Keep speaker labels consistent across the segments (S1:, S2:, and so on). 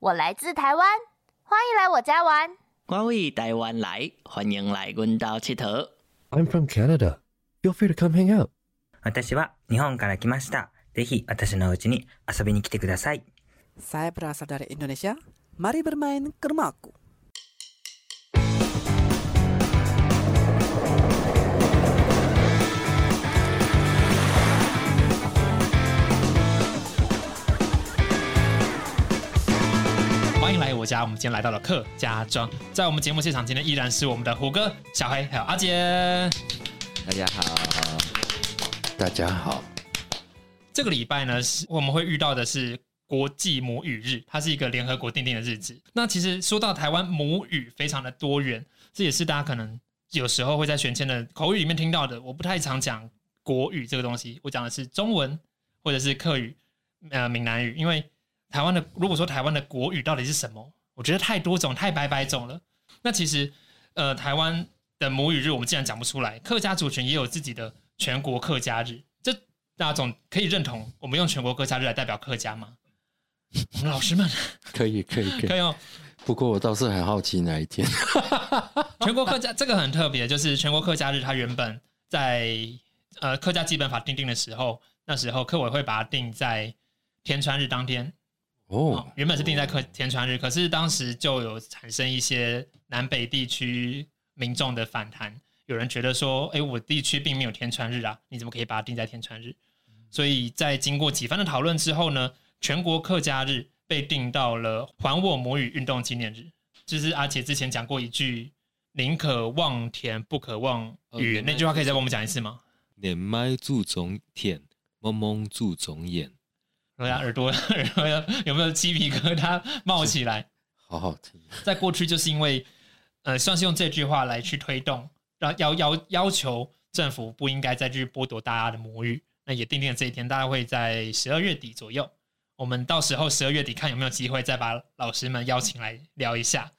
S1: 我来自台湾，欢迎来我家玩。
S2: 我为台湾来，欢迎来阮家佚佗。
S3: I'm from Canada. Feel free to come hang out.
S4: 私は日本から来ました。ぜひ私のうちに遊びに来てください。
S5: Saya berasal dari Indonesia. Mari bermain ke rumahku.
S6: 《欢迎来我家》，我们今天来到了客家庄，在我们节目现场，今天依然是我们的胡歌、小黑还有阿杰。
S7: 大家好，
S3: 大家好，
S6: 这个礼拜呢，是我们会遇到的是国际母语日，它是一个联合国定定的日子。那其实说到台湾母语非常的多元，这也是大家可能有时候会在选签的口语里面听到的。我不太常讲国语这个东西，我讲的是中文或者是客语、呃闽南语，因为台湾的如果说台湾的国语到底是什么，我觉得太多种、太百百种了。那其实呃，台湾的母语日我们竟然讲不出来，客家族群也有自己的全国客家日，这大家总可以认同，我们用全国客家日来代表客家吗？ 我们老师们
S7: 可以可以可
S6: 可以哦
S7: 以。
S6: 用
S7: 不过我倒是很好奇哪一天，
S6: 全国客家这个很特别，就是全国客家日，它原本在呃客家基本法定定的时候，那时候客委会把它定在天川日当天，
S7: 哦，
S6: 原本是定在客田川日，可是当时就有产生一些南北地区民众的反弹，有人觉得说，哎，我地区并没有田川日啊，你怎么可以把它定在田川日？所以在经过几番的讨论之后呢，全国客家日被定到了还我母语运动纪念日，就是阿杰之前讲过一句“宁可望田，不可忘语”
S7: 哦
S6: 那句话，可以再帮我们讲一次吗？
S8: 脸麦注总舔，蒙蒙注总眼。
S6: 大家耳朵 耳朵有没有鸡皮疙瘩冒起来？
S7: 好好听，
S6: 在过去就是因为，呃，算是用这句话来去推动，然后要要要求政府不应该再去剥夺大家的母语。那也定定了这一天，大概会在十二月底左右。我们到时候十二月底看有没有机会再把老师们邀请来聊一下。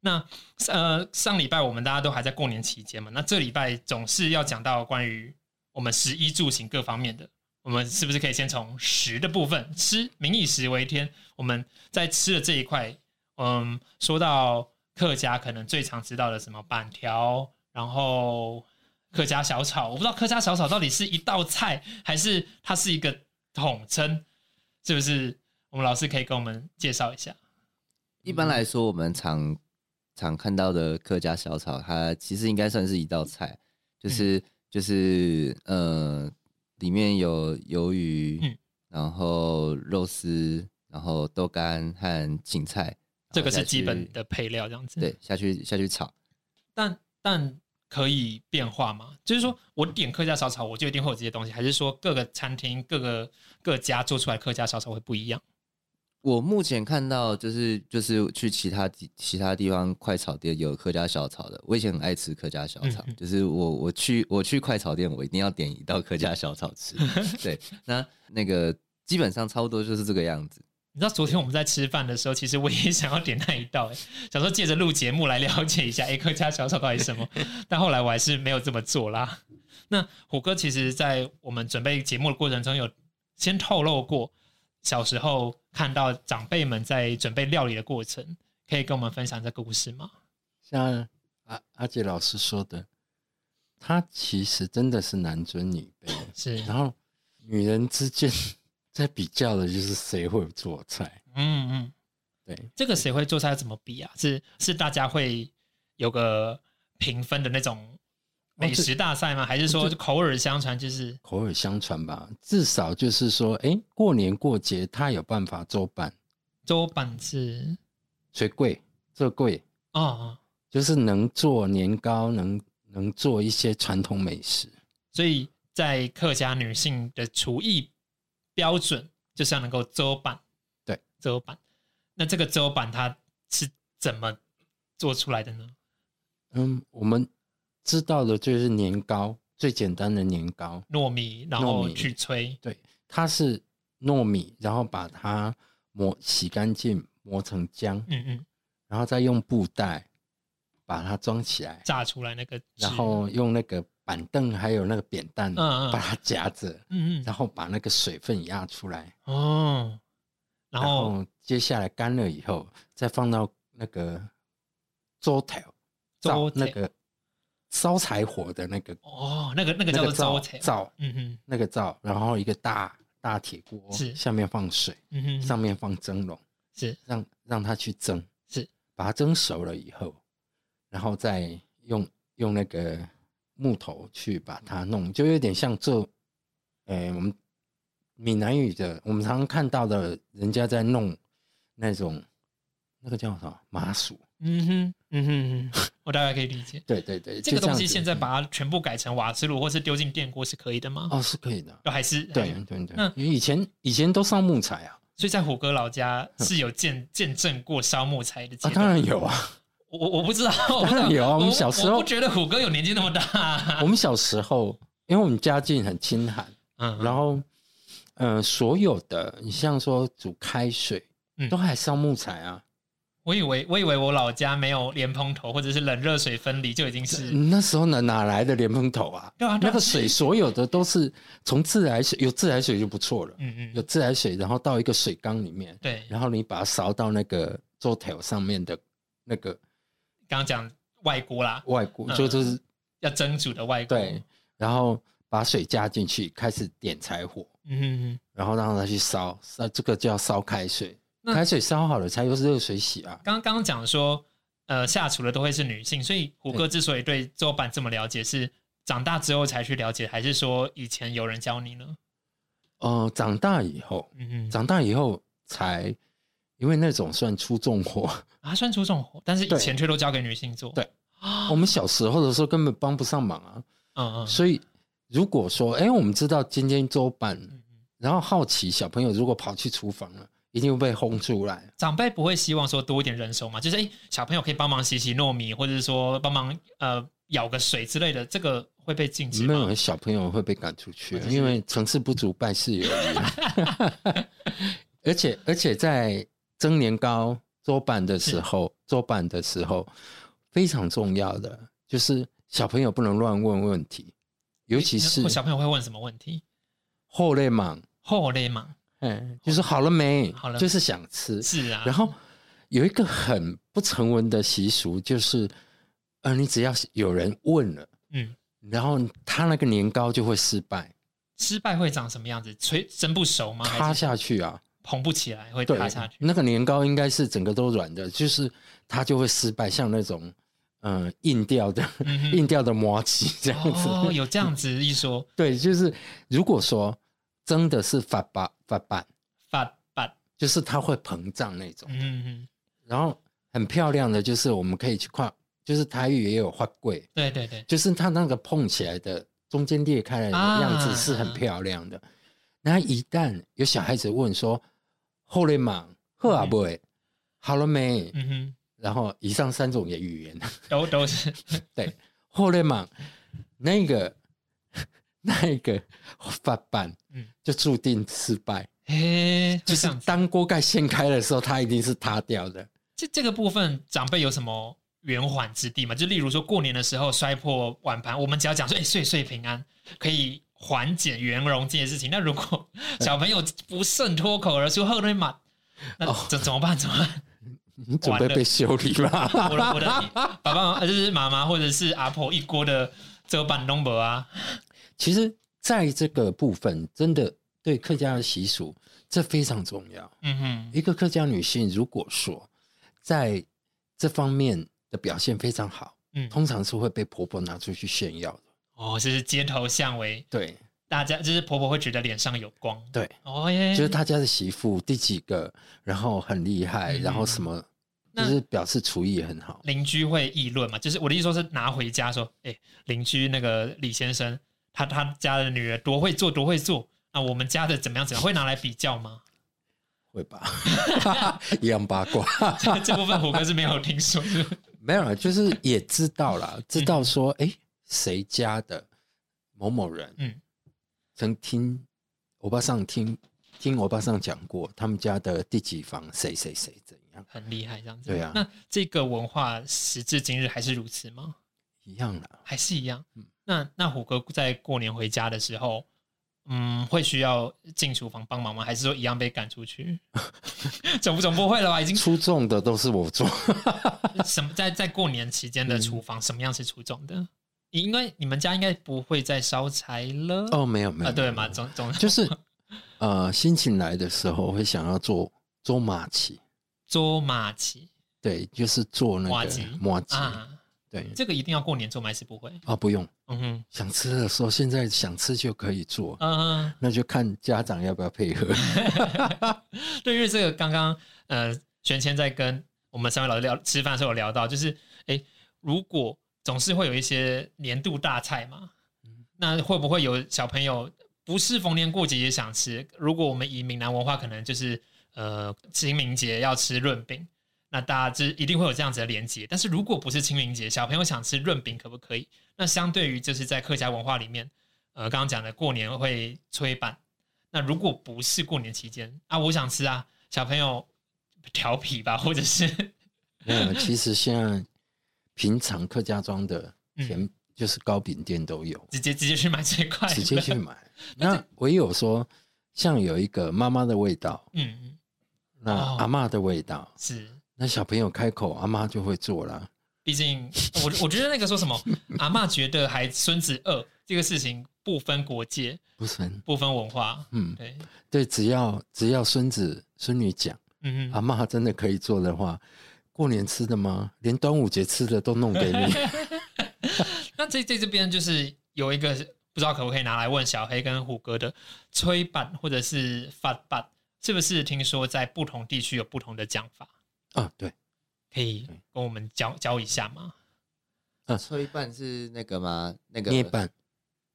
S6: 那呃，上礼拜我们大家都还在过年期间嘛，那这礼拜总是要讲到关于我们食衣住行各方面的。我们是不是可以先从食的部分，吃民以食为天？我们在吃的这一块，嗯，说到客家，可能最常知道的什么板条，然后客家小炒，我不知道客家小炒到底是一道菜，还是它是一个统称，是不是？我们老师可以跟我们介绍一下。
S7: 一
S6: 嗯
S7: 般来说，我们常常看到的客家小炒，它其实应该算是一道菜，
S6: 嗯
S7: 就是、就是呃，里面有鱿鱼，
S6: 嗯
S7: 然后肉丝，然后豆干和芹菜，然后
S6: 这个是
S7: 下去
S6: 基本的配料，这样子。
S7: 对，下去下去炒，
S6: 但但可以变化吗？就是说我点客家小炒，我就一定会有这些东西，还是说各个餐厅、各个各家做出来客家小炒会不一样？
S7: 我目前看到就是就是去其他地其他地方快炒店有客家小炒的，我以前很爱吃客家小炒，
S6: 嗯嗯
S7: 就是我我去我去快炒店，我一定要点一道客家小 炒吃。对，那那个基本上差不多就是这个样子。
S6: 你知道昨天我们在吃饭的时候，其实我也想要点那一道、欸，想说借着录节目来了解一下，哎，客家小炒到底是什么？但后来我还是没有这么做啦。那虎哥其实，在我们准备节目的过程中，有先透露过小时候看到长辈们在准备料理的过程，可以跟我们分享这个故事吗？
S9: 像阿阿杰老师说的，他其实真的是男尊女卑，
S6: 是，
S9: 然后女人之间在比较的就是谁会做菜。
S6: 嗯嗯，
S9: 对，
S6: 这个谁会做菜要怎么比啊？是是大家会有个评分的那种美食大赛吗？还是说口耳相传就是？
S9: 口耳相传吧，至少就是说，哎，过年过节他有办法做板
S6: 周板是
S9: 捶柜、做柜，
S6: 啊、哦，
S9: 就是能做年糕，能能做一些传统美食。
S6: 所以在客家女性的厨艺标准就是要能够周板，
S9: 对，
S6: 周板。那这个周板它是怎么做出来的呢？
S9: 嗯，我们知道的就是年糕，最简单的年糕，
S6: 糯米，然后
S9: 糯米
S6: 去吹，
S9: 对，它是糯米，然后把它磨洗干净，磨成浆，
S6: 嗯嗯，
S9: 然后再用布袋把它装起来，
S6: 炸出来那个汁，
S9: 然后用那个板凳还有那个扁担
S6: 嗯嗯
S9: 把它夹着，
S6: 嗯嗯，
S9: 然后把那个水分压出来，
S6: 哦，然后
S9: 接下来干了以后，再放到那个粥头，
S6: 粥
S9: 灶
S6: 头
S9: 那个烧柴火的那个
S6: 哦，那个那个叫做
S9: 灶
S6: 糟菜，
S9: 灶
S6: 嗯哼
S9: 那个灶，然后一个大大铁锅，
S6: 是
S9: 下面放水，
S6: 嗯哼，
S9: 上面放蒸笼，
S6: 是
S9: 让让它去蒸，
S6: 是
S9: 把它蒸熟了以后，然后再用用那个木头去把它弄，就有点像做，呃，我们闽南语的，我们常常看到的，人家在弄那种那个叫什么麻薯，
S6: 嗯哼嗯哼，嗯哼 我大概可以理解。
S9: 对对对，
S6: 这个
S9: 就样
S6: 东西
S9: 子嗯
S6: 现在把它全部改成瓦斯炉或是丢进电锅是可以的吗？
S9: 哦是可以的，
S6: 都还是哎
S9: 对对对
S6: 那，
S9: 因为以前以前都上木材啊，
S6: 所以在虎哥老家是有见见证过烧木材的阶
S9: 嗯啊
S6: 段。
S9: 当然 有啊，
S6: 我，我我不 知道，我不知
S9: 当
S6: 道
S9: 然有啊我们小时候
S6: 我不觉得虎哥有年纪那么大啊。
S9: 我们小时候因为我们家境很清寒。
S6: 嗯，
S9: 然后，呃，所有的你像说煮开水，
S6: 嗯
S9: 都还烧木材啊，
S6: 我以为我以为我老家没有莲蓬头或者是冷热水分离就已经是嗯
S9: 那时候哪哪来的莲蓬头啊？
S6: 对啊对啊
S9: 那个水所有的都是从自来水，有自来水就不错了，
S6: 嗯嗯
S9: 有自来水，然后到一个水缸里面，
S6: 对，
S9: 然后你把它烧到那个桌条上面的那个
S6: 刚刚讲外锅啦，
S9: 外锅，
S6: 嗯
S9: 就就是
S6: 要蒸煮的外锅。
S9: 对，然后把水加进去，开始点柴火，
S6: 嗯嗯嗯。
S9: 然后让它去烧，烧这个叫烧开水，
S6: 那
S9: 开水烧好了才用热水洗啊。
S6: 刚刚讲说，呃，下厨的都会是女性，所以胡哥之所以对周板这么了解，是长大之后才去了解，还是说以前有人教你呢？
S9: 呃，长大以后，
S6: 嗯嗯，
S9: 长大以后才，因为那种算出重货，
S6: 啊，算出重活，但是以
S9: 对
S6: 前却都交给女性做。
S9: 对
S6: 啊，
S9: 我们小时候的时候根本帮不上忙啊。
S6: 嗯嗯，
S9: 所以如果说，哎，我们知道今天周板，
S6: 嗯嗯
S9: 然后好奇小朋友如果跑去厨房了，一定会被轰出来。啊
S6: 长辈不会希望说多一点人手嘛？就是哎、诶小朋友可以帮忙洗洗糯米，或者是说帮忙呃舀个水之类的，这个会被禁止
S9: 没有
S6: 吗？
S9: 小朋友会被赶出去，啊
S6: 就是
S9: 因为成事不足败事有余。啊 而且而且在蒸年糕周板的时
S6: 嗯
S9: 候，周板的时候非常重要的就是小朋友不能乱问问题，尤其是
S6: 那小朋友会问什么问题？
S9: 后类盲，
S6: 后嘞嘛，
S9: 嗯，就说好了没？
S6: 好了
S9: 就是想吃。
S6: 是啊，
S9: 然后有一个很不成文的习俗，就是，呃，你只要是有人问了，
S6: 嗯，
S9: 然后他那个年糕就会失败，
S6: 失败会长什么样子？吹蒸不熟吗？
S9: 塌
S6: 还是
S9: 下去啊。
S6: 蓬不起来，会
S9: 对
S6: 塌下，去。
S9: 那个年糕应该是整个都软的，就是它就会失败，像那种嗯、呃硬掉的、
S6: 嗯哼
S9: 硬掉的麻糬这样子。
S6: 哦，有这样子一说，
S9: 对，就是如果说蒸的是法板法板，
S6: 发板，
S9: 就是它会膨胀那种。
S6: 嗯嗯，
S9: 然后很漂亮的就是我们可以去看，就是台语也有花柜，
S6: 对对对，
S9: 就是它那个碰起来的中间裂开来的
S6: 啊
S9: 样子是很漂亮的。那、一旦有小孩子问说“后来嘛，好啊不？好了没？”
S6: 嗯哼，
S9: 然后以上三种语言，
S6: 都都是
S9: 对，后来嘛，那个 那个法版
S6: 嗯
S9: 就注定失败，
S6: 诶，就
S9: 就
S6: 是是
S9: 当锅盖掀开的时候，它一定是塌掉的。
S6: 这这个部分，长辈有什么圆缓之地吗？就例如说过年的时候摔破碗盘，我们只要讲说，哎、岁岁平安，可以缓解圆融这件事情。那如 果小朋友不慎脱口而出“后瑞玛”，那
S9: 哦
S6: 怎怎么办？怎么 办？
S9: 你准备
S6: 完了
S9: 被修理吗？
S6: 我的我的爸爸妈妈呃就是妈妈或者是阿婆一锅的折板东伯啊，
S9: 其实，在这个部分，真的对客家的习俗，这非常重要。
S6: 嗯哼，
S9: 一个客家女性，如果说在这方面的表现非常好，
S6: 嗯，
S9: 通常是会被婆婆拿出去炫耀的。
S6: 哦，这是街头巷尾，
S9: 对，
S6: 大家就是婆婆会觉得脸上有光，
S9: 对，
S6: 哦耶，
S9: 就是她家的媳妇第几个，然后很厉害，
S6: 嗯
S9: 然后什么，就
S6: 那
S9: 是表示厨艺很好。
S6: 邻居会议论嘛，就是我的意思说是拿回家说，哎、邻居那个李先生，他他家的女儿多会做多会做，啊，我们家的怎么样怎么样，会拿来比较吗？
S9: 会 吧？ 一样八卦，
S6: 这这部分虎哥是没有嗯听说，是不是
S9: 没有啦，就是也知道啦，知道说，哎、谁家的某某人，
S6: 嗯
S9: 嗯，曾听欧巴桑听听欧巴桑讲过，他们家的第几房谁谁谁怎样，
S6: 很厉害这样子。
S9: 对啊
S6: 那这个文化时至今日还是如此吗？
S9: 一样啦。嗯
S6: 还是一样？那那虎哥在过年回家的时候，嗯，会需要进厨房帮忙吗？还是说一样被赶出 去？总总不会了吧？已经
S9: 出众的都是我 做，
S6: 什么在在过年期间
S9: 嗯
S6: 的厨房，什么样是出众的？因因为你们家应该不会再烧柴了
S9: 哦，没有没有，
S6: 啊，对
S9: 没
S6: 嘛，
S9: 有
S6: 总总
S9: 就是呃，心情来的时候会想要做做马奇，
S6: 做马奇
S9: 对，就是做那
S6: 马
S9: 个
S6: 奇
S9: 马奇，
S6: 啊，
S9: 对
S6: 这个一定要过年做吗？还是不会？
S9: 啊，不用
S6: 嗯哼，
S9: 想吃的时候，现在想吃就可以做，
S6: 嗯、
S9: 那就看家长要不要配 合。
S6: 对，因为这个刚刚呃，玄谦在跟我们三位老师聊吃饭的时候有聊到，就是哎，如果总是会有一些年度大菜嘛，那会不会有小朋友不是逢年过节也想吃？如果我们以闽南文化，可能就是呃清明节要吃润饼，那大家就一定会有这样子的连接。但是如果不是清明节，小朋友想吃润饼可不可以？那相对于就是在客家文化里面，呃，刚刚讲的过年会吹板，那如果不是过年期间啊，我想吃啊，小朋友调皮吧，或者是
S9: 没有，其实现在平常客家庄的
S6: 嗯，
S9: 甜、就是糕饼店都有
S6: 直接直接去买这一 块，
S9: 直接去买。那我也有说，像有一个妈妈的味道，
S6: 嗯，嗯，
S9: 那
S6: 哦
S9: 阿嬷的味道，
S6: 是。
S9: 那小朋友开口，阿妈就会做啦。
S6: 毕竟，我我觉得那个说什么，阿嬷觉得还孙子饿这个事情不分国界，
S9: 不是很，
S6: 不分文化，
S9: 嗯，
S6: 对，
S9: 对，只要只要孙子孙女讲，
S6: 嗯
S9: 阿
S6: 哼，
S9: 妈真的可以做的话，过年吃的吗？连端午节吃的都弄 给你。
S6: 那这这这边就是有一个不知道可不可以拿来问小黑跟虎哥的吹板或者是发板，是不是听说在不同地区有不同的讲法？
S9: 啊，对，
S6: 可以跟我们教教一下吗？
S7: 吹半是那个吗？那个
S9: 捏板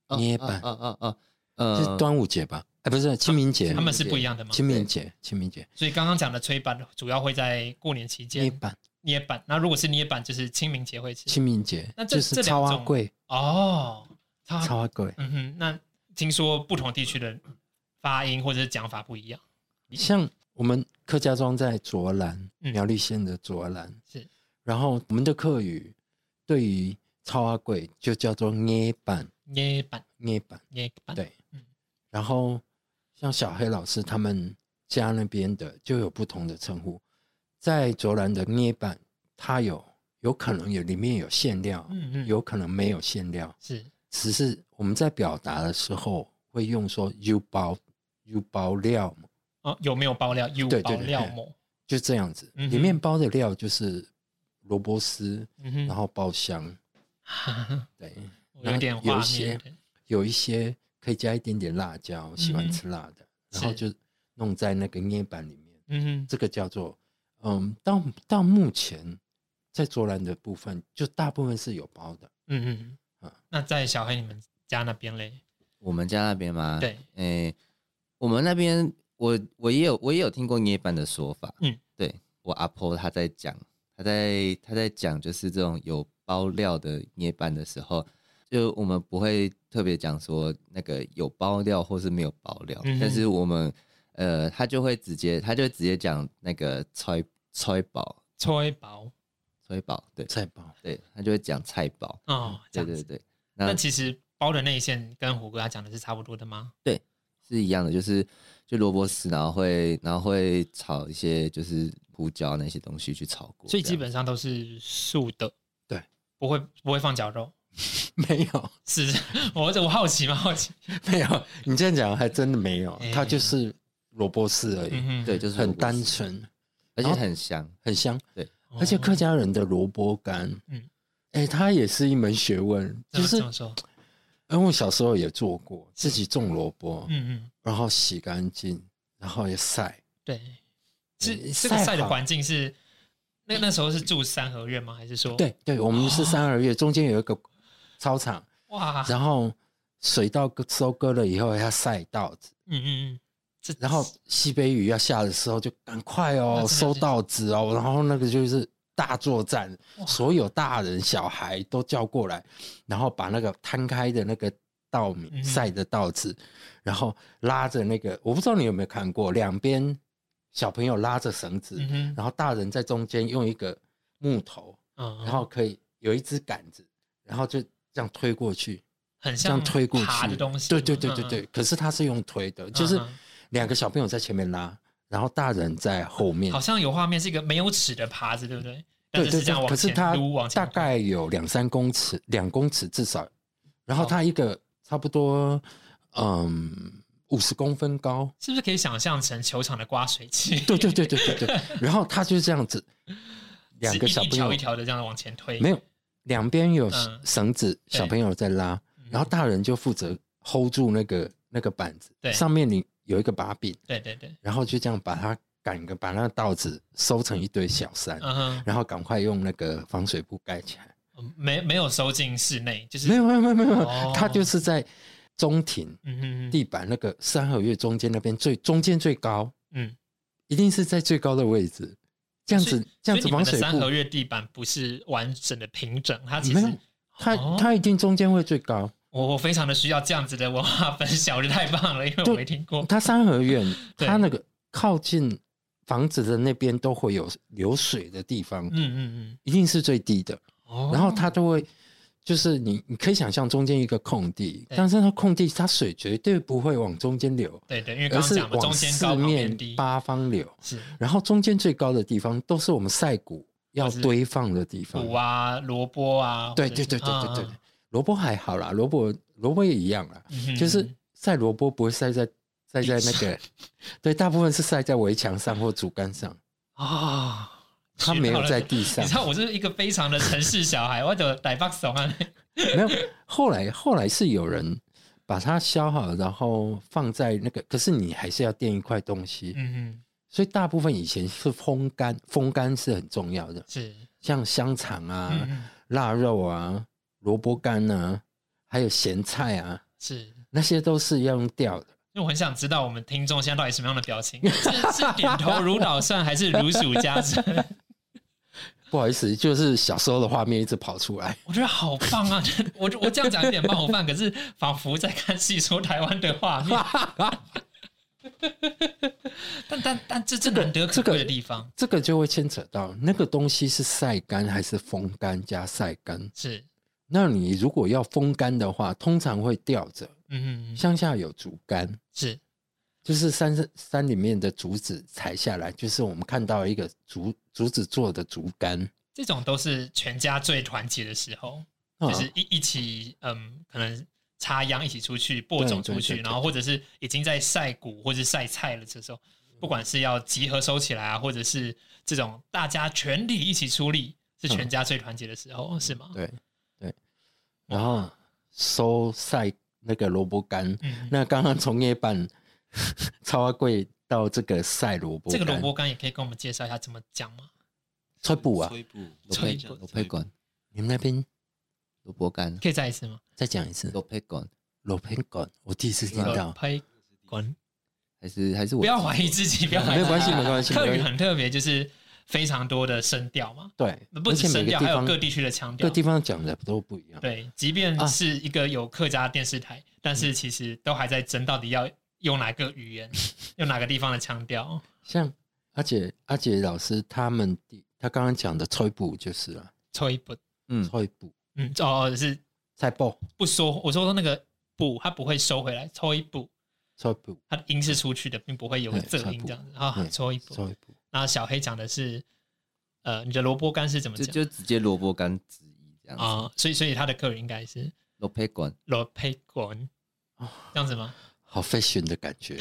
S7: 哦
S9: 捏板
S7: 哦哦哦，
S9: 是
S7: 呃，
S9: 端午节吧？哎，不是清明节
S6: 他，们是不一样的吗？
S9: 清明节，清明节
S6: 所以刚刚讲的吹板主要会在过年期间
S9: 捏板，
S6: 捏板，那如果是捏板，就是清明节会吃
S9: 清明节
S6: 那这
S9: 就是
S6: 这两
S9: 超阿
S6: 种
S9: 贵，
S6: 哦。它
S9: 超阿贵。
S6: 嗯哼，那听说不同地区的发音或者是讲法不一样，
S9: 像我们客家庄在卓兰，
S6: 嗯
S9: 苗栗县的卓兰
S6: 是，
S9: 然后我们的客语对于超阿贵就叫做捏板，
S6: 捏板
S9: 捏板。
S6: 捏板，嗯
S9: 对然后像小黑老师他们家那边的就有不同的称呼，在卓兰的捏板，它有有可能有里面有馅料，
S6: 嗯嗯，
S9: 有可能没有馅料，
S6: 是
S9: 只是我们在表达的时候会用说 “you 包 you 包料”嘛，
S6: 哦，有没有爆料？有
S9: 对
S6: 爆
S9: 对
S6: 料
S9: 对
S6: 吗？
S9: 就这样子，
S6: 嗯哼
S9: 里面包的料就是萝卜丝，
S6: 嗯哼，
S9: 然后爆香，对，
S6: 我有
S9: 然后
S6: 点
S9: 有
S6: 画
S9: 一些
S6: 面，对
S9: 有一些可以加一点点辣椒，喜欢吃辣的，然后
S6: 嗯是
S9: 就弄在那个捏板里面。
S6: 嗯哼，
S9: 这个叫做，嗯，到到目前在卓兰的部分，就大部分是有包的，
S6: 嗯嗯
S9: 啊，
S6: 那在小黑你们家那边嘞？
S7: 我们家那边吗？
S6: 对，
S7: 诶、我们那边我我也有我也有听过捏板的说法，
S6: 嗯，
S7: 对我阿婆她在讲，她在她在讲就是这种有包料的捏板的时候，就我们不会特别讲说那个有包料或是没有包料，
S6: 嗯哼
S7: 但是我们呃，她就会直接她就会直接讲那个揣揣宝
S6: 吹薄
S7: 揣宝，对
S9: 菜包。
S7: 对，她就会讲菜宝，
S6: 哦，这样
S7: 对对
S6: 子。
S7: 对，
S9: 嗯
S6: 那其实包的内馅跟虎哥他讲的是差不多的吗？
S7: 是一样的，就是就萝卜丝，然后会然后会炒一些就是胡椒那些东西去炒过，
S6: 所以基
S7: 这样
S6: 本上都是素的，
S9: 对，
S6: 不会不会放绞肉。
S9: 没有，
S6: 是， 我我好奇嘛，好奇。
S9: 没有，你这样讲还真的没有，它
S6: 哎
S9: 就是萝卜丝而已，
S6: 嗯哼，
S7: 对，就是萝
S9: 很
S7: 卜丝
S9: 单，纯，哦
S7: 而且
S9: 然后
S7: 很香。
S9: 很香。
S6: 哦
S9: 而且客家人的萝卜干，
S6: 嗯
S9: 嗯，哎，它也是一门学问，
S6: 怎
S9: 就
S6: 么
S9: 是
S6: 怎么说？
S9: 哦因为我小时候也做过，自己种萝卜，
S6: 嗯嗯，
S9: 然后洗干净，然后也晒，
S6: 对，是
S9: 嗯
S6: 这个
S9: 晒
S6: 晒的
S9: 好
S6: 环境是那那时候是住三合院吗？还是说
S9: 对对，我们是三二月，中间有一个操场，
S6: 哇？
S9: 然后水稻割收割了以后要晒稻子，
S6: 嗯嗯嗯，这
S9: 然后西北雨要下的时候就赶快
S6: 那真
S9: 哦
S6: 的是
S9: 收稻子哦，然后那个就是大作战
S6: 哇，
S9: 所有大人小孩都叫过来，然后把那个摊开的那个稻
S6: 嗯哼
S9: 米晒的稻子，然后拉着那个，我不知道你有没有看过，两边小朋友拉着绳子，
S6: 嗯哼，
S9: 然后大人在中间用一个木头，
S6: 嗯，
S9: 然后可以有一只杆子，然后就这样推过去，
S6: 很
S9: 这
S6: 像
S9: 样推过
S6: 爬
S9: 去
S6: 的东西嘛，
S9: 对对对对
S6: 嗯
S9: 对，，可是他是用推的，就是
S6: 嗯嗯
S9: 两个小朋友在前面拉，然后大人在后面
S6: 嗯好。像有画面是一个没有齿的耙子，对不对？但
S9: 对
S6: 只
S9: 对
S6: 是这样
S9: 对，
S6: 往
S9: 可是
S6: 前
S9: 它
S6: 撸往前
S9: 大
S6: 推
S9: 概有两三公尺，两公尺至少。然后
S6: 好
S9: 它一个差不多，嗯，五十公分高。
S6: 是不是可以想象成球场的刮水器？
S9: 对对对对对对。然后它就这样子，两个小
S6: 是一
S9: 朋
S6: 条
S9: 友
S6: 一条的这样往前推，
S9: 没有，两边有
S6: 嗯
S9: 绳子，
S6: 对嗯
S9: 小朋友在拉，然后大人就负责 hold 住那个那个板子
S6: 对，
S9: 上面你有一个把柄，
S6: 对对对，
S9: 然后就这样把它赶个，把那个稻子收成一堆小山，
S6: 嗯哼，
S9: 呃然后赶快用那个防水布盖起来。
S6: 嗯没没有收进室内，就是
S9: 没有没有没有没有，
S6: 哦
S9: 它就是在中庭
S6: 嗯哼
S9: 地板那个三合院中间那边最中间最高，
S6: 嗯，
S9: 一定是在最高的位置。这样
S6: 所以
S9: 子这样
S6: 所
S9: 子
S6: 以你们
S9: 防
S6: 的
S9: 水
S6: 三合
S9: 布
S6: 院地板不是完整的平整，它其
S9: 没
S6: 实
S9: 有。它
S6: 哦
S9: 它一定中间会最高，
S6: 我我非常的需要这样子的文化分享，我 觉得太棒了，因为我
S9: 对
S6: 没听过。
S9: 哦它三合院
S6: 对
S9: 它那个靠近房子的那边都会有流水的地方，
S6: 嗯嗯嗯，
S9: 一定是最低的。
S6: 哦，
S9: 然后它都会，就是你你可以想象中间一个空地，
S6: 对
S9: 但是它空地它水绝对不会往中间流，
S6: 对对，因为刚
S9: 而
S6: 刚
S9: 是
S6: 讲嘛，中
S9: 往
S6: 间
S9: 四
S6: 高旁边
S9: 面
S6: 低，
S9: 八方流。
S6: 是
S9: 然后中间最高的地方都是我们晒谷要堆放的地方
S6: 土。啊、萝卜啊，
S9: 对
S6: 或者
S9: 对
S6: 是
S9: 对对对对，
S6: 嗯嗯
S9: 萝卜还好啦，萝卜萝卜也一样啦，
S6: 嗯哼
S9: 就是晒萝卜不会晒在晒在那个， 对，大部分是晒在围墙上或竹竿上，
S6: 啊。
S9: 它没有在地
S6: 你
S9: 上
S6: 知。道我是一个非常的城市小孩，我就台北手 啊，
S9: 没有，后来后来是有人把它削好，然后放在那个，可是你还是要垫一块东西，
S6: 嗯
S9: 所以大部分以前是风干，风干是很重要的
S6: 哼，，是，
S9: 像香肠啊、
S6: 嗯嗯
S9: 腊肉啊、萝卜干啊，还有咸菜啊，
S6: 是，因
S9: 那些都是要用掉的。
S6: 为我很想知道我们听众现在到底什么样的表 情，是是点头如捣蒜，还是如数家珍？
S9: 不好意思，就是小时候的画面一直跑出来。
S6: 我觉得好棒啊！ 我我这样讲有点冒犯，可是仿佛在看戏说台湾的画面。 但但但这这难得可贵的地方、
S9: 这个就会牵扯到那个东西是晒干还是风干加晒干。
S6: 是，
S9: 那你如果要风干的话，通常会吊着，
S6: 嗯嗯嗯，
S9: 乡下有竹竿，
S6: 是
S9: 就是山山里面的竹子采下来，就是我们看到一个竹竹子做的竹竿。
S6: 这种都是全家最团结的时候，
S9: 啊
S6: 就是一一起嗯，可能插秧一起出去播种出去，
S9: 对对对对
S6: 然后或者是已经在晒谷或者晒菜了，这时候不管是要集合收起来啊，或者是这种大家全体一起出力，是全家最团结的时候，是吗？
S9: 嗯对对，然后收晒那个萝卜干。
S6: 嗯，
S9: 那刚刚从夜半超阿贵到这个晒萝卜干，
S6: 这个萝卜干也可以跟我们介绍一下怎么讲吗？
S9: 吹布啊，
S8: 吹布，
S7: 罗佩
S6: 吹布
S7: 罗佩管，
S9: 你们那边
S7: 罗伯干，
S6: 可以再一次吗？
S9: 再讲一次
S7: 罗佩管，
S9: 萝卜干，我第一次听
S6: 呃
S9: 到，
S6: 拍滚！
S7: 还是还是我
S6: 不要怀疑自己，不要怀疑自己。
S9: 没关系没关系
S6: 客
S9: 没
S6: 语
S9: 关系
S6: 很特别，就是非常多的声调嘛，
S9: 对，
S6: 不
S9: 而
S6: 止
S9: 且
S6: 声
S9: 每
S6: 调，
S9: 个地
S6: 还有
S9: 方
S6: 各地区的腔调
S9: 各。地方讲的都不一样，
S6: 对，即便
S9: 啊
S6: 是一个有客家电视台，但是其实都还在争到底要用哪个语言，用哪个地方的腔调。
S9: 像阿姐阿姐老师他们地，他刚刚讲的吹布就是了，
S6: 抽一步，
S7: 嗯
S9: 吹布
S6: 嗯，哦，是
S9: 菜布
S6: 不说，我说那个不，它不会收回来，抽一步，
S9: 吹布
S6: 它的音是出去的，并不会有
S9: 哎
S6: 仄
S9: 抽一
S6: 音
S9: 步
S6: 这样子啊
S9: 哎。
S6: 抽一步，
S9: 吹布，
S6: 那小黑讲的是，呃，你的萝卜干是怎么
S7: 就
S6: 讲
S7: 就直接萝卜干之一这样子，
S6: 啊？所以所以他的客人应该是
S7: 罗佩管，
S6: 罗佩滚这样子吗？
S9: 好 fashion 的感觉，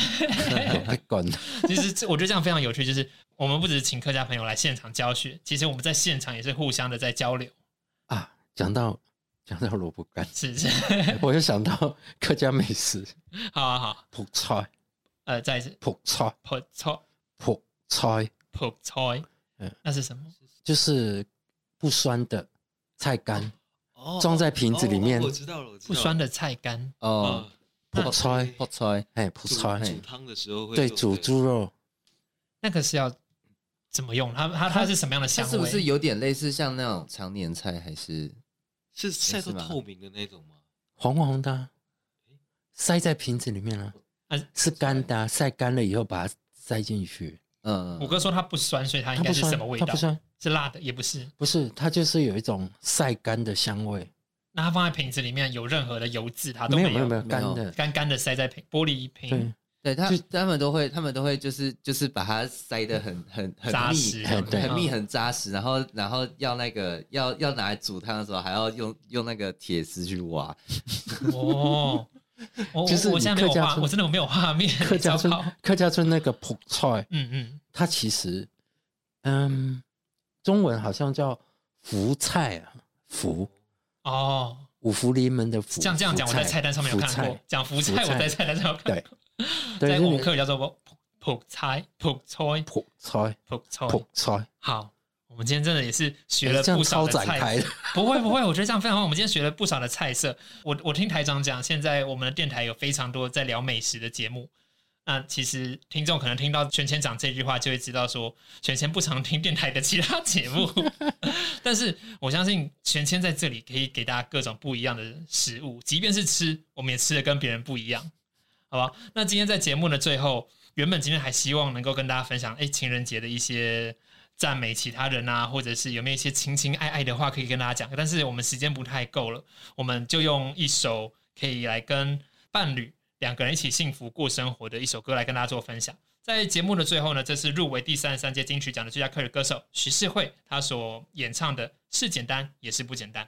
S9: 萝卜干，
S6: 其实这我觉得这样非常有趣，就是我们不只是请客家朋友来现场教学，其实我们在现场也是互相的在交流，
S9: 啊，讲到讲到萝卜干，
S6: 是是，
S9: 我又想到客家美食，
S6: 好啊好好，
S9: 扑菜
S6: 呃，再一次
S9: 扑菜
S6: 破错
S9: 扑菜。
S6: 破错
S9: 嗯，
S6: 那是什么？
S9: 就是不酸的菜干，
S8: 哦
S9: 装在瓶子里面
S8: 哦我知道了，我知道
S6: 不
S8: 了
S6: 酸的菜干
S7: 哦，
S8: 嗯
S9: 破菜，
S7: 泡菜，
S9: 哎，破
S8: 煮
S9: 菜
S8: 煮，汤的时候会
S9: 对，
S8: 做
S9: 煮
S8: 这个
S9: 猪肉，
S6: 那个是要怎么用？它它它是什么样的
S7: 它
S6: 香味？
S7: 是不是有点类似像那种常年菜，还是
S8: 是晒到
S7: 没事吧
S8: 透明的那种吗？
S9: 黄黄的啊，塞在瓶子里面了
S6: 啊，
S9: 是干的啊，晒干了以后把它塞进去，
S7: 嗯
S6: 我哥说它不酸，所以它应
S9: 它
S6: 该
S9: 不
S6: 是
S9: 酸
S6: 什么，味
S9: 它
S6: 道
S9: 不？酸，
S6: 是辣的，也不是。
S9: 不是，它就是有一种晒干的香味，
S6: 那它放在瓶子里面有任何的油渍，啊它都
S9: 没有
S6: 有，
S9: 没有没有干
S7: 没有
S9: 的，
S6: 干干的塞在瓶玻璃
S9: 对
S6: 瓶，，
S7: 对他
S9: 就
S7: 他们都会，他们都会就是就是把它塞得很很很
S6: 扎
S7: 密
S6: 实，
S9: 很对
S7: 很密
S6: 嗯
S7: 很扎实，然后然后要那个要要拿来煮汤的时候，还要用用那个铁丝去挖。
S6: 哦。我我
S9: 就是
S6: 我现在没有
S9: 你客家
S6: 画，
S9: 村
S6: 我真的没有画面，
S9: 客家村
S6: 糟糕
S9: 客家村那个朴菜，
S6: 嗯嗯，
S9: 它其实嗯，中文好像叫福菜啊，福
S6: 哦，
S9: 五福临门的福。
S6: 这样这样讲，我
S9: 福
S6: 在菜单上面有看过，，讲福
S9: 福
S6: 菜，
S9: 菜
S6: 我在菜单上有
S9: 福
S6: 看
S9: 对
S6: 过，
S9: 对
S6: 在
S9: 那
S6: 我们
S9: 个
S6: 课语叫做普普菜普菜
S9: 朴菜
S6: 普菜
S9: 朴菜，
S6: 好，我们今天真的也是学
S9: 哎
S6: 了
S9: 这样
S6: 不少
S9: 超
S6: 的
S9: 展
S6: 菜
S9: 开
S6: 色
S9: 的。
S6: 不会不会，我觉得这样非常好。我们今天学了不少的菜色。我我听台长讲，现在我们的电台有非常多在聊美食的节目。那其实听众可能听到全千长这句话，就会知道说全千不常听电台的其他节目。 但是我相信全千在这里可以给大家各种不一样的食物，即便是吃，我们也吃的跟别人不一样，好吧？那今天在节目的最后，原本今天还希望能够跟大家分享，哎，情人节的一些赞美其他人啊，或者是有没有一些情情爱爱的话可以跟大家讲，但是我们时间不太够了，我们就用一首可以来跟伴侣两个人一起幸福过生活的一首歌来跟大家做分享。在节目的最后呢，这是入围第三十三届金曲奖的最佳客语歌手徐世慧他所演唱的《是简单也是不简单》。